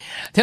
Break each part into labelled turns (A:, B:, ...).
A: 听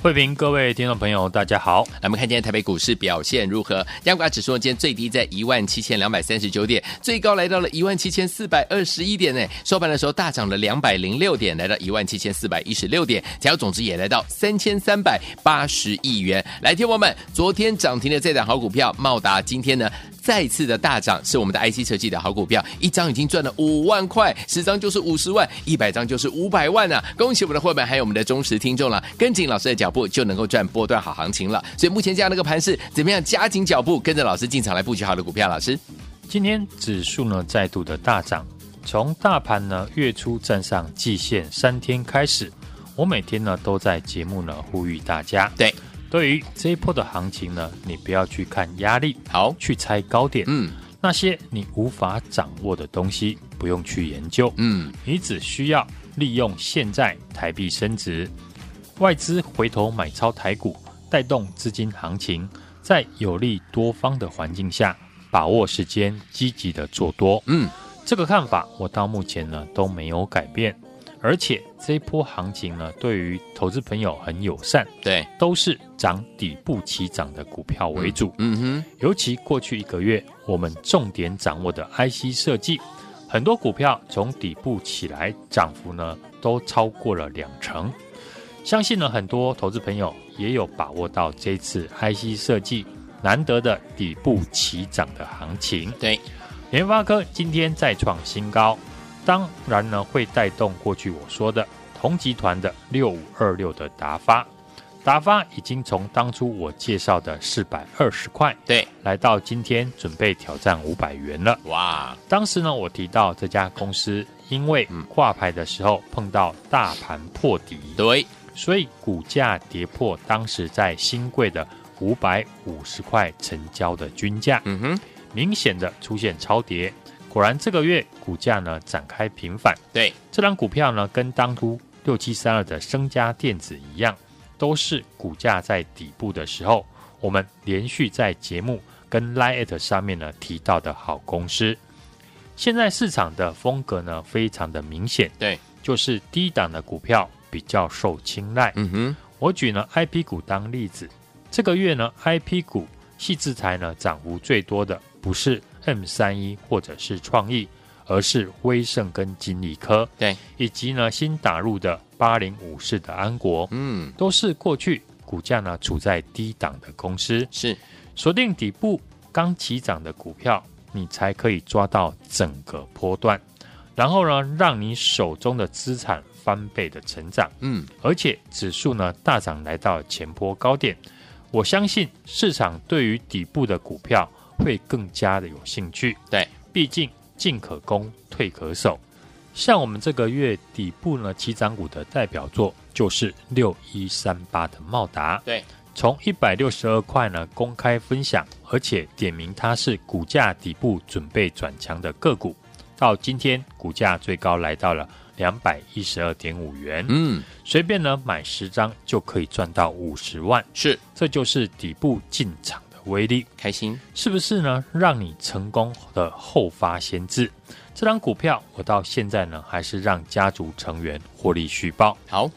B: 慧平，各位听众朋友，大家好。
A: 来，我们看今天台北股市表现如何？央股指数今天最低在17,239点，最高来到了17,421点呢。收盘的时候大涨了206点，来到17,416点，加总值也来到3,380亿元。来，听我们，昨天涨停的这档好股票茂达，今天呢？再次的大涨，是我们的 IC 设计的好股票，一张已经赚了五万块，十张就是五十万，一百张就是五百万啊！恭喜我们的会员，还有我们的忠实听众了，跟紧老师的脚步就能够赚波段好行情了。所以目前这样的一个盘势，怎么样加紧脚步，跟着老师进场来布局好的股票？老师，
B: 今天指数呢再度的大涨，从大盘呢月初站上季线三天开始，我每天呢都在节目呢呼吁大家，
A: 对，
B: 对于这一波的行情呢，你不要去看压力，
A: 好，
B: 去猜高点，
A: 嗯
B: 那些你无法掌握的东西，不用去研究，
A: 嗯，
B: 你只需要利用现在台币升值，外资回头买超台股，带动资金行情，在有利多方的环境下，把握时间，积极的做多。
A: 嗯，
B: 这个看法我到目前呢都没有改变，而且这一波行情呢，对于投资朋友很友善，
A: 对，
B: 都是涨底部起涨的股票为主。
A: 嗯哼，
B: 尤其过去一个月，我们重点掌握的 IC 设计，很多股票从底部起来，涨幅呢都超过了两成。相信呢，很多投资朋友也有把握到这次 IC 设计难得的底部起涨的行情。
A: 对，
B: 联发科今天再创新高，当然呢会带动过去我说的同集团的六五二六的达发，达发已经从当初我介绍的四百二十块，
A: 对，
B: 来到今天准备挑战五百元了。
A: 哇，
B: 当时呢我提到这家公司，因为
A: 嗯
B: 挂牌的时候碰到大盘破底，
A: 对，
B: 所以股价跌破当时在新贵的五百五十块成交的均价。
A: 嗯哼，
B: 明显的出现超跌。果然这个月股价呢展开平反，
A: 对，
B: 这张股票呢跟当初六七三二的升家电子一样，都是股价在底部的时候，我们连续在节目跟 Lite 上面呢提到的好公司。现在市场的风格呢非常的明显，
A: 对，
B: 就是低档的股票比较受青睐。
A: 嗯哼，
B: 我举呢 I P 股当例子，这个月呢 I P 股细制材呢涨幅最多的不是 M 三一或者是创意，而是威盛跟金利科，
A: 对，
B: 以及呢新打入的八零五四的安国，
A: 嗯，
B: 都是过去股价呢处在低档的公司，
A: 是，
B: 锁定底部刚起涨的股票，你才可以抓到整个波段，然后呢让你手中的资产翻倍的成长。
A: 嗯，
B: 而且指数呢大涨来到前波高点，我相信市场对于底部的股票会更加的有兴趣。
A: 对，
B: 毕竟进可攻，退可守。像我们这个月底部呢起涨股的代表作就是六一三八的茂达，
A: 对，
B: 从一百六十二块呢公开分享，而且点名它是股价底部准备转强的个股，到今天股价最高来到了两百一十二点五元。
A: 嗯，
B: 随便呢买十张就可以赚到五十万，
A: 是，
B: 这就是底部进场的威力，
A: 开心，
B: 是不是呢？让你成功的后发先至。这张股票我到现在呢还是让家族成员获利续报。
A: 好，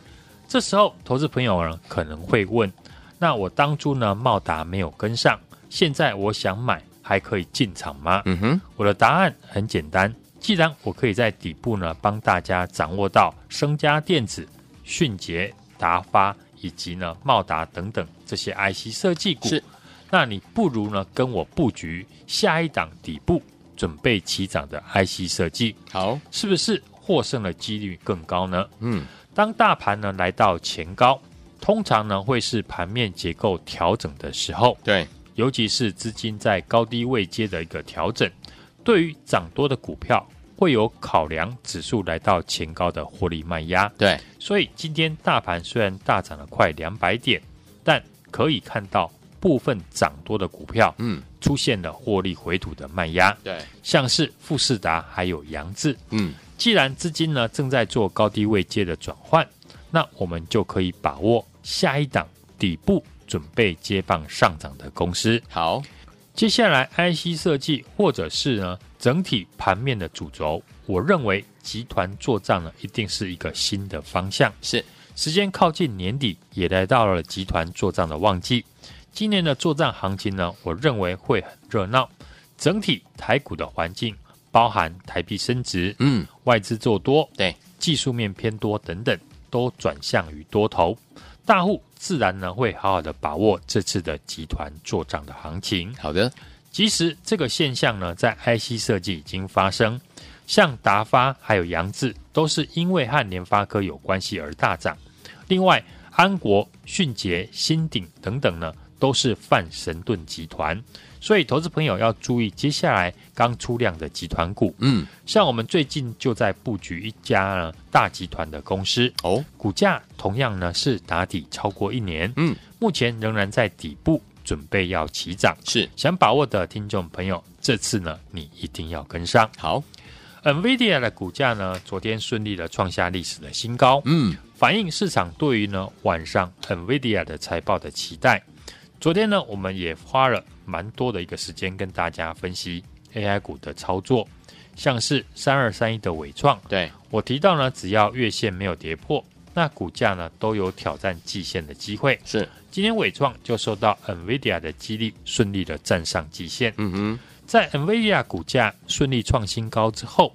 B: 这时候投资朋友呢可能会问，那我当初呢茂达没有跟上，现在我想买还可以进场吗？
A: 嗯哼，
B: 我的答案很简单，既然我可以在底部呢帮大家掌握到升家电子、迅捷、达发以及呢茂达等等这些 IC 设计股
A: 是，
B: 那你不如呢跟我布局下一档底部准备起涨的 IC 设计，
A: 好，
B: 是不是获胜的几率更高呢？
A: 嗯，
B: 当大盘呢来到前高，通常呢会是盘面结构调整的时候，
A: 对，
B: 尤其是资金在高低位阶的一个调整，对于涨多的股票会有考量指数来到前高的获利卖压。
A: 对，
B: 所以今天大盘虽然大涨了快两百点，但可以看到部分涨多的股票
A: 嗯，
B: 出现了获利回吐的卖压，
A: 对，
B: 像是富士达还有扬智。
A: 嗯，
B: 既然资金呢正在做高低位阶的转换，那我们就可以把握下一档底部准备接棒上涨的公司。
A: 好，
B: 接下来 IC 设计或者是呢整体盘面的主轴，我认为集团做账呢一定是一个新的方向。
A: 是
B: 时间靠近年底，也来到了集团做账的旺季。今年的做账行情呢，我认为会很热闹。整体台股的环境，包含台币升值、
A: 嗯，
B: 外资做多、
A: 对，
B: 技术面偏多等等，都转向于多头。大户自然呢会好好的把握这次的集团做账的行情。
A: 好的，
B: 其实这个现象呢，在 IC 设计已经发生，像达发还有扬智都是因为和联发科有关系而大涨。另外，安国、迅捷、新鼎等等呢，都是泛神盾集团。所以，投资朋友要注意接下来刚出量的集团股，
A: 嗯，
B: 像我们最近就在布局一家呢大集团的公司，
A: 哦，
B: 股价同样呢是打底超过一年，
A: 嗯，
B: 目前仍然在底部，准备要起涨。
A: 是
B: 想把握的听众朋友，这次呢，你一定要跟上。
A: 好，
B: NVIDIA 的股价呢，昨天顺利的创下历史的新高，
A: 嗯，
B: 反映市场对于呢晚上 NVIDIA 的财报的期待。昨天呢，我们也花了蛮多的一个时间跟大家分析 AI 股的操作，像是三二三一的伟创，
A: 对，
B: 我提到呢，只要月线没有跌破，那股价呢都有挑战季线的机会。
A: 是，
B: 今天伟创就受到 NVIDIA 的激励，顺利的站上季线。
A: 嗯哼，
B: 在 NVIDIA 股价顺利创新高之后，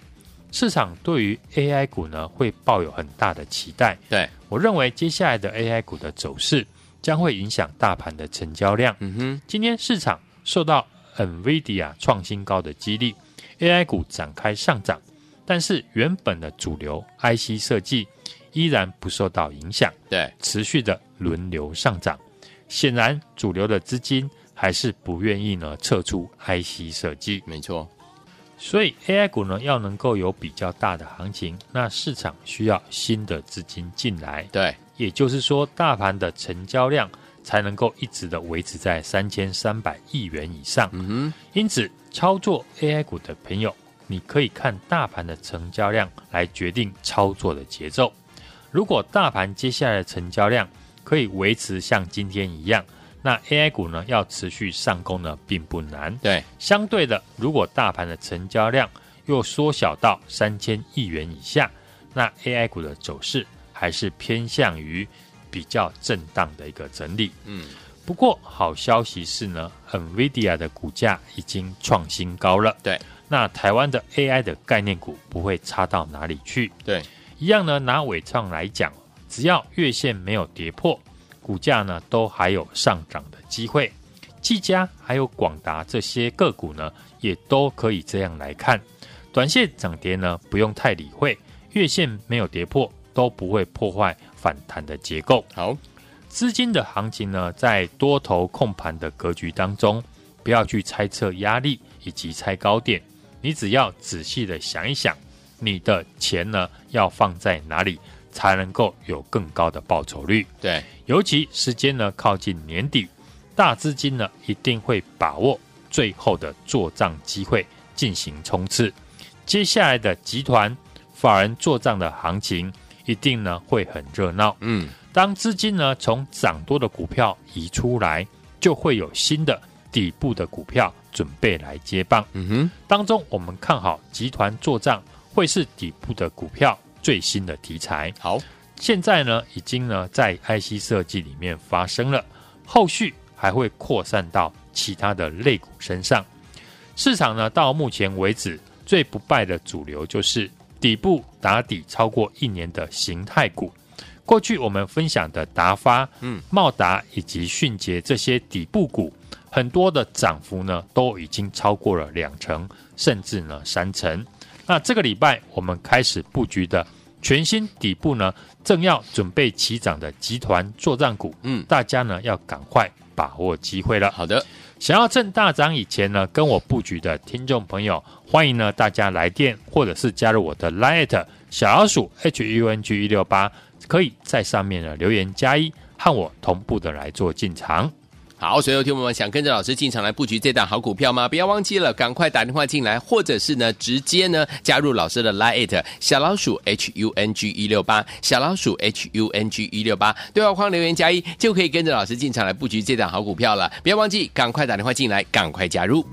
B: 市场对于 AI 股呢会抱有很大的期待。
A: 对，
B: 我认为接下来的 AI 股的走势将会影响大盘的成交量。
A: 嗯哼，
B: 今天市场受到 NVIDIA 创新高的激励，AI 股展开上涨，但是原本的主流 IC 设计依然不受到影响。
A: 对，
B: 持续的轮流上涨。显然，主流的资金还是不愿意呢撤出 IC 设计，
A: 没错，
B: 所以 AI 股呢要能够有比较大的行情，那市场需要新的资金进来，
A: 对，
B: 也就是说，大盘的成交量才能够一直的维持在三千三百亿元以上。
A: 嗯哼，
B: 因此，操作 AI 股的朋友，你可以看大盘的成交量来决定操作的节奏。如果大盘接下来的成交量可以维持像今天一样，那 AI 股呢要持续上攻呢并不难。
A: 对，
B: 相对的，如果大盘的成交量又缩小到三千亿元以下，那 AI 股的走势还是偏向于比较震荡的一个整理。
A: 嗯，
B: 不过好消息是呢，NVIDIA 的股价已经创新高了。
A: 对，
B: 那台湾的 AI 的概念股不会差到哪里去。
A: 对，
B: 一样呢，拿伟创来讲，只要月线没有跌破，股价呢都还有上涨的机会。技嘉还有广达这些个股呢，也都可以这样来看。短线涨跌呢不用太理会，月线没有跌破都不会破坏反弹的结构。
A: 好，
B: 资金的行情呢，在多头控盘的格局当中，不要去猜测压力以及猜高点，你只要仔细的想一想，你的钱呢要放在哪里，才能够有更高的报酬率。
A: 对，
B: 尤其时间呢靠近年底，大资金呢一定会把握最后的做账机会进行冲刺。接下来的集团法人做账的行情，一定呢会很热闹。
A: 嗯，
B: 当资金呢从涨多的股票移出来，就会有新的底部的股票准备来接棒。
A: 嗯哼，
B: 当中，我们看好集团做账会是底部的股票最新的题材。
A: 好，
B: 现在呢，已经呢在 IC 设计里面发生了，后续还会扩散到其他的类股身上。市场呢，到目前为止最不败的主流就是底部打底超过一年的形态股。过去我们分享的达发、
A: 嗯、
B: 茂达以及迅捷这些底部股，很多的涨幅呢都已经超过了两成，甚至呢三成。那这个礼拜我们开始布局的全新底部呢，正要准备起涨的集团作战股，
A: 嗯
B: 大家呢要赶快把握机会了。
A: 好的，
B: 想要趁大涨以前呢，跟我布局的听众朋友，欢迎呢大家来电或者是加入我的 Light 小老鼠 H U N G 一六八，可以在上面呢留言加一，和我同步的来做进场。
A: 好，所有听众朋友们想跟着老师进场来布局这档好股票吗？不要忘记了，赶快打电话进来，或者是呢，直接呢加入老师的 Line 小老鼠 H U N G 一六八小老鼠 H U N G 一六八对话框留言加一就可以跟着老师进场来布局这档好股票了。不要忘记，赶快打电话进来，赶快加入。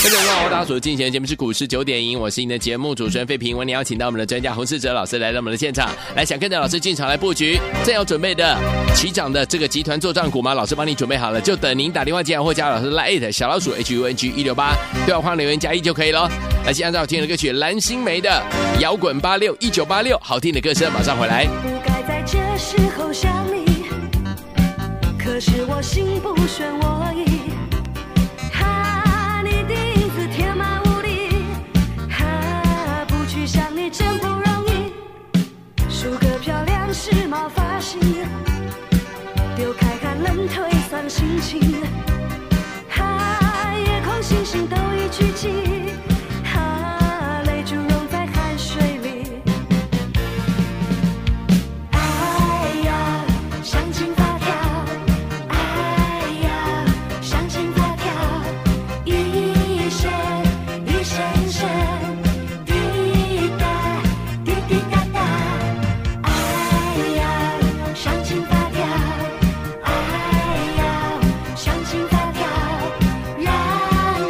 A: 各位观众，大家所进行的节目是股市九点零，我是您的节目主持人费平。我们邀请到我们的专家洪世哲老师来到我们的现场，来想跟着老师进场来布局正要准备的起涨的这个集团做账股吗？老师帮你准备好了，就等您打电话进来或加老师 Lite 小老鼠 H U N G 一六八对话框留言加一就可以了。来，先按照今天的歌曲蓝心湄的《摇滚八六一九八六》，好听的歌声马上回来。
C: 不该在这时候想你，可是我心不选我意。哈，你的影子天马无力，哈，不去想你真不容易。梳个漂亮时髦发型，丢开寒冷颓丧心情。哈，夜空星星都已聚集，哈，泪珠融在汗水里。爱呀，向前发条；爱呀，向前发条。一闪一闪闪，滴答滴滴答答。爱呀，向前发条；爱呀，向前发条。让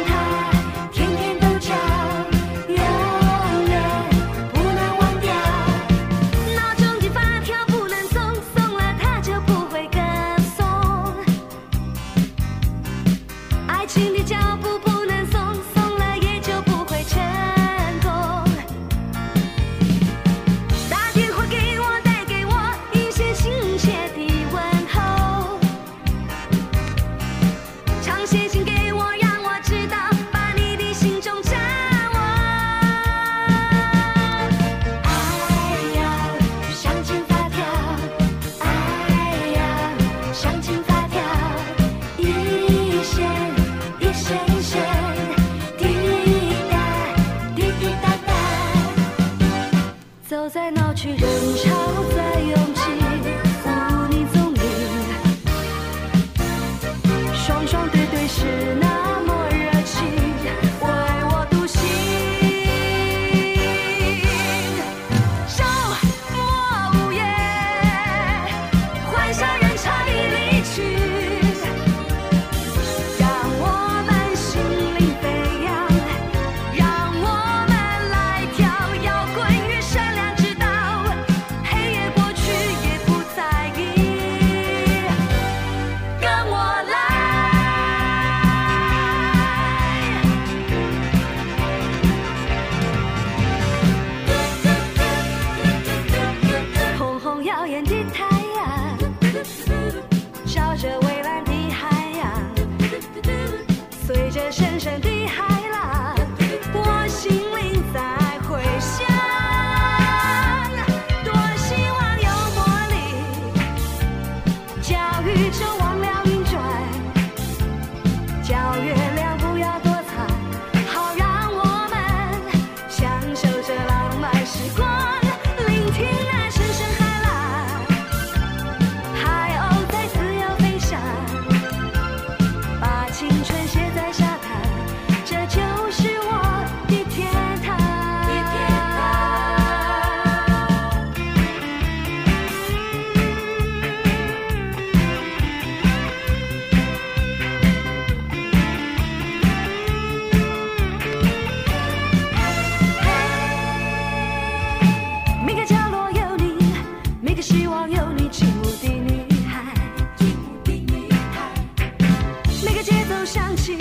C: 它天天都叫，永远不能忘掉。闹钟的发条不能松，松了它就不会跟松。爱情的脚步不能松，松了也就不会成功。打电话给我，带给我一些亲切的问候。常写信给我，让我知道把你的心中掌握。爱呀，向前发条；爱呀，向前发条。一闪一闪闪，滴答滴滴答答。走在闹区人潮在拥挤，无你踪影，双双对对是那么热情，唯我独行。周末午夜，欢笑人潮已离去。让我们心灵飞扬，让我们来跳摇滚与善良之道，黑夜过去也不在意，跟我来。红红耀眼的太阳，照着蔚蓝的海洋，随着深深的海浪，我心灵在回响。多希望有魔力，叫宇宙忘了运转，叫月亮不要躲藏。好让我们享受这浪漫时光，聆听那声声海浪，海鸥在自由飞翔，把青春写在沙滩，这就是我的天堂。每个角落有你，每个希望有你，进步的女孩，每个节奏响起，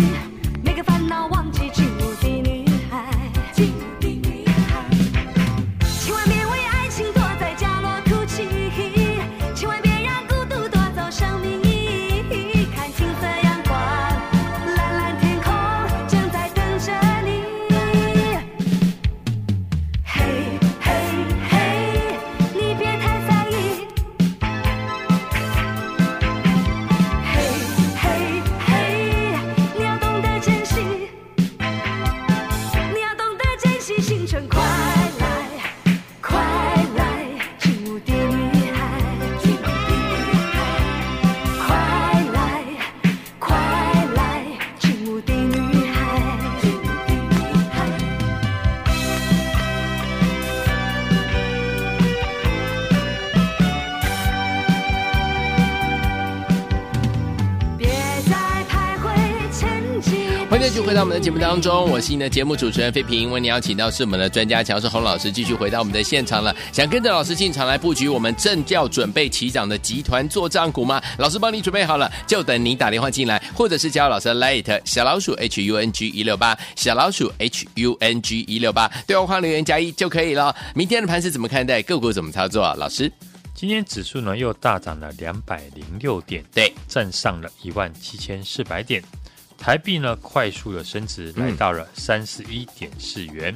C: 每个烦恼忘记，进步的女孩，千万别为爱情躲在角落哭泣，千万别让孤独夺走生命意义。看青色阳光，蓝蓝天空正在等着你。嘿嘿嘿，你别太在意，
A: 欢迎继续回到我们的节目当中，我是你的节目主持人费平。为你邀请到是我们的专家乔世宏老师，继续回到我们的现场了。想跟着老师进场来布局我们正要准备起涨的集团做账股吗？老师帮你准备好了，就等你打电话进来，或者是加入老师的 Light 小老鼠 H U N G 一六八小老鼠 H U N G 一六八，对话框留言加一就可以了。明天的盘是怎么看待？个股怎么操作啊？老师，
B: 今天指数呢又大涨了两百零六点，
A: 对，
B: 站上了一万七千四百点。台币呢快速的升值，
A: 嗯
B: 来到了三十一点四元。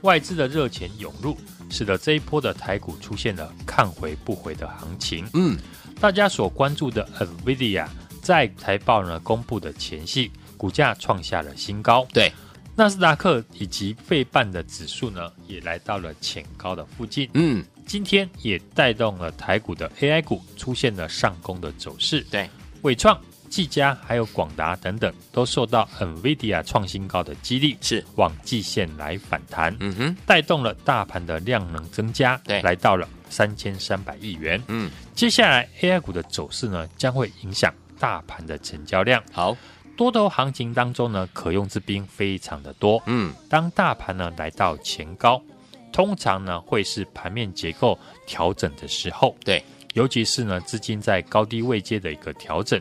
B: 外资的热钱涌入，使得这一波的台股出现了看回不回的行情。
A: 嗯，
B: 大家所关注的 Nvidia 在财报呢公布的前夕，股价创下了新高。
A: 对，
B: 纳斯达克以及费半的指数呢，也来到了前高的附近。
A: 嗯，
B: 今天也带动了台股的 AI 股出现了上攻的走势。
A: 对，
B: 伟创、技嘉还有广达等等，都受到 NVIDIA 创新高的激励，
A: 是，
B: 往季线来反弹，
A: 嗯哼，
B: 带动了大盘的量能增加，
A: 对
B: 来到了三千三百亿元。
A: 嗯，
B: 接下来 AI 股的走势呢，将会影响大盘的成交量。
A: 好，
B: 多头行情当中呢，可用之兵非常的多。
A: 嗯，
B: 当大盘呢来到前高，通常呢会是盘面结构调整的时候，
A: 对，
B: 尤其是呢资金在高低位阶的一个调整。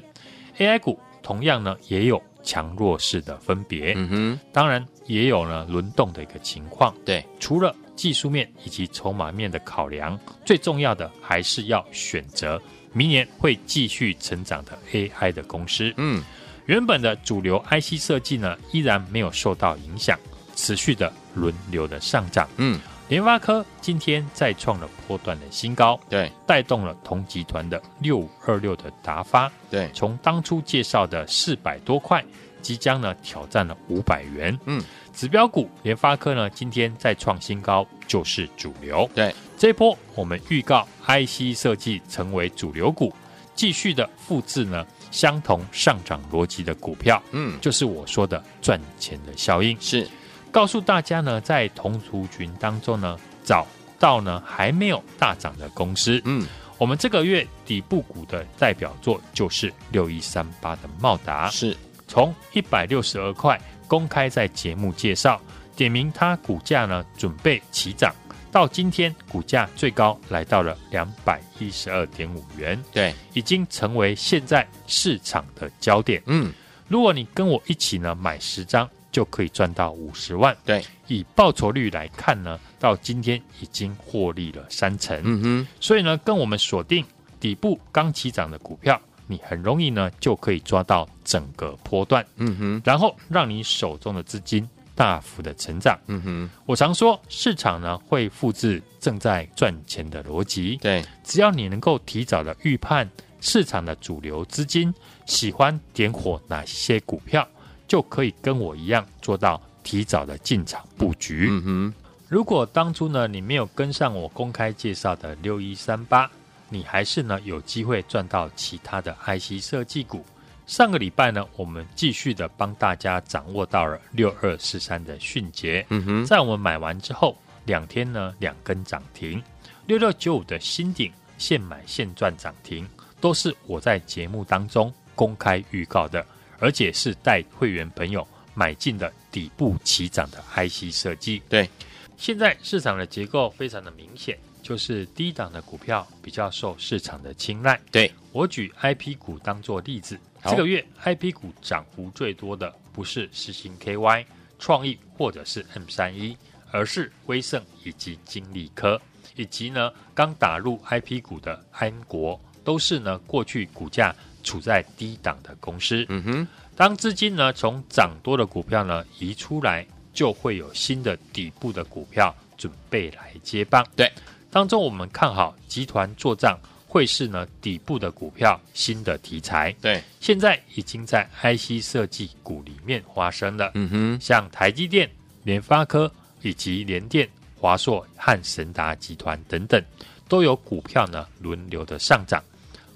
B: AI 股同样呢也有强弱势的分别，
A: 嗯哼，
B: 当然也有呢轮动的一个情况。
A: 对，
B: 除了技术面以及筹码面的考量，最重要的还是要选择明年会继续成长的 AI 的公司。
A: 嗯，
B: 原本的主流 IC 设计呢，依然没有受到影响，持续的轮流的上涨。
A: 嗯，
B: 联发科今天再创了波段的新高，
A: 对，
B: 带动了同集团的六五二六的达发，
A: 对，
B: 从当初介绍的四百多块，即将呢挑战了五百元。
A: 嗯，
B: 指标股联发科呢，今天再创新高就是主流。
A: 对，
B: 这一波我们预告 IC 设计成为主流股，继续的复制呢相同上涨逻辑的股票，
A: 嗯，
B: 就是我说的赚钱的效应。
A: 是，
B: 告诉大家呢，在同族群当中呢，找到呢还没有大涨的公司。
A: 嗯，
B: 我们这个月底部股的代表作就是六一三八的茂达，
A: 是，
B: 从一百六十二块公开在节目介绍，点名它股价呢准备起涨，到今天股价最高来到了两百一十二点五元，
A: 对，
B: 已经成为现在市场的焦点。
A: 嗯，
B: 如果你跟我一起呢买十张，就可以赚到五十万。
A: 对，
B: 以报酬率来看呢，到今天已经获利了三成。
A: 嗯哼，
B: 所以呢，跟我们锁定底部刚起涨的股票，你很容易呢就可以抓到整个波段，
A: 嗯哼，
B: 然后让你手中的资金大幅的成长。
A: 嗯哼，
B: 我常说，市场呢会复制正在赚钱的逻辑，
A: 对，
B: 只要你能够提早的预判市场的主流资金喜欢点火哪些股票，就可以跟我一样做到提早的进场布局。
A: 嗯哼，
B: 如果当初呢你没有跟上我公开介绍的六一三八，你还是呢有机会赚到其他的 IC 设计股。上个礼拜呢，我们继续的帮大家掌握到了六二四三的迅捷，
A: 嗯哼，
B: 在我们买完之后两天呢两根涨停，六六九五的新顶现买现赚涨停，都是我在节目当中公开预告的，而且是带会员朋友买进的底部起涨的 IC 设计。
A: 对，
B: 现在市场的结构非常的明显，就是低档的股票比较受市场的青睐。
A: 对，
B: 我举 IP 股当做例子，
A: 好
B: 这个月 IP 股涨幅最多的不是世星 KY、创意或者是 M 三一，而是威盛以及金利科，以及呢刚打入 IP 股的安国，都是呢过去股价处在低档的公司。
A: 嗯哼，
B: 当资金呢从涨多的股票呢移出来，就会有新的底部的股票准备来接棒。
A: 对，
B: 当中我们看好集团做账会是呢底部的股票新的题材，
A: 对，
B: 现在已经在 IC 设计股里面发生了。
A: 嗯哼，
B: 像台积电、联发科以及联电、华硕和神达集团等等，都有股票呢轮流的上涨。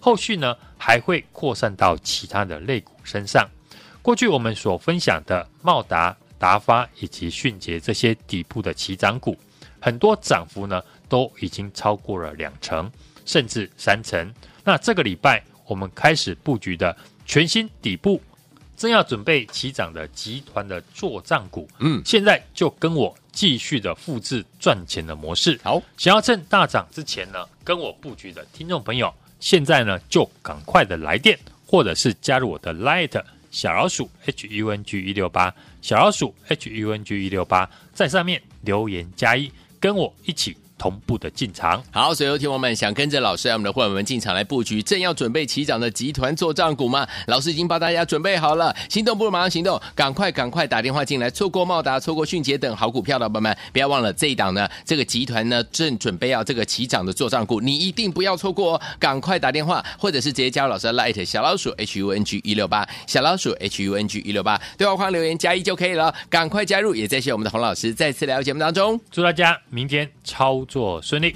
B: 后续呢还会扩散到其他的类股身上。过去我们所分享的茂达、达发以及迅捷这些底部的起涨股，很多涨幅呢都已经超过了两成，甚至三成。那这个礼拜我们开始布局的全新底部正要准备起涨的集团的做账股，
A: 嗯
B: 现在就跟我继续的复制赚钱的模式。
A: 好，
B: 想要趁大涨之前呢，跟我布局的听众朋友，现在呢就赶快的来电，或者是加入我的 Light 小老鼠 H U N G 一六八，小老鼠 H U N G 一六八，在上面留言加一，跟我一起同步的进场。
A: 好，所以有听友们想跟着老师，让我们的会员们进场来布局，正要准备起涨的集团做账股吗？老师已经帮大家准备好了，心动不如马上行动，赶快赶快打电话进来，错过茂达、错过迅捷等好股票的宝宝们，不要忘了这一档呢，这个集团呢正准备要这个起涨的做账股，你一定不要错过哦，赶快打电话或者是直接加入老师的 light 小老鼠 H U N G 一六八，小老鼠 H U N G 一六八，对话框留言加一就可以了，赶快加入，也谢谢我们的洪老师再次来到节目当中。
B: 祝大家明天操作顺利。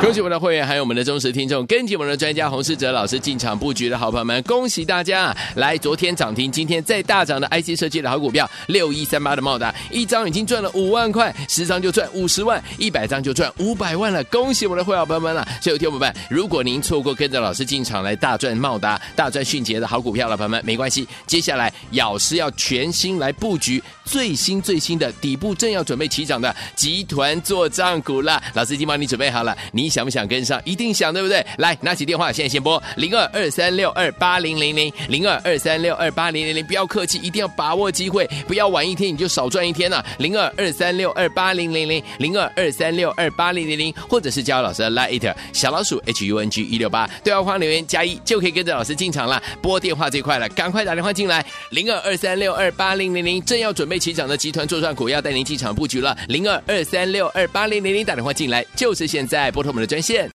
A: 恭喜我们的会员，还有我们的忠实听众，跟紧我们的专家洪世哲老师进场布局的好朋友们，恭喜大家！来，昨天涨停，今天再大涨的 IC 设计的好股票，六一三八的茂达，一张已经赚了五万块，十张就赚五十万，一百张就赚五百万了。恭喜我们的会员好朋友们了！所以，听众朋友们，如果您错过跟着老师进场来大赚茂达、大赚迅捷的好股票了，朋友们没关系，接下来老师要全新来布局最新最新的底部正要准备起涨的集团做账股了。老师已经帮你准备好了，你想不想跟上？一定想，对不对？来，拿起电话，现在先拨零二二三六二八零零零零二二三六二八零零零，不要客气，一定要把握机会，不要晚一天你就少赚一天了、啊零二二三六二八零零零零二二三六二八零零零，或者是加入老师的 Lite 小老鼠 H U N G 一六八，对话框留言加一就可以跟着老师进场了。拨电话最快了，赶快打电话进来，零二二三六二八零零零，正要准备起涨的集团作战股要带您进场布局了，零二二三六二八零零零打电话进来就是现在，拨通我们的专线。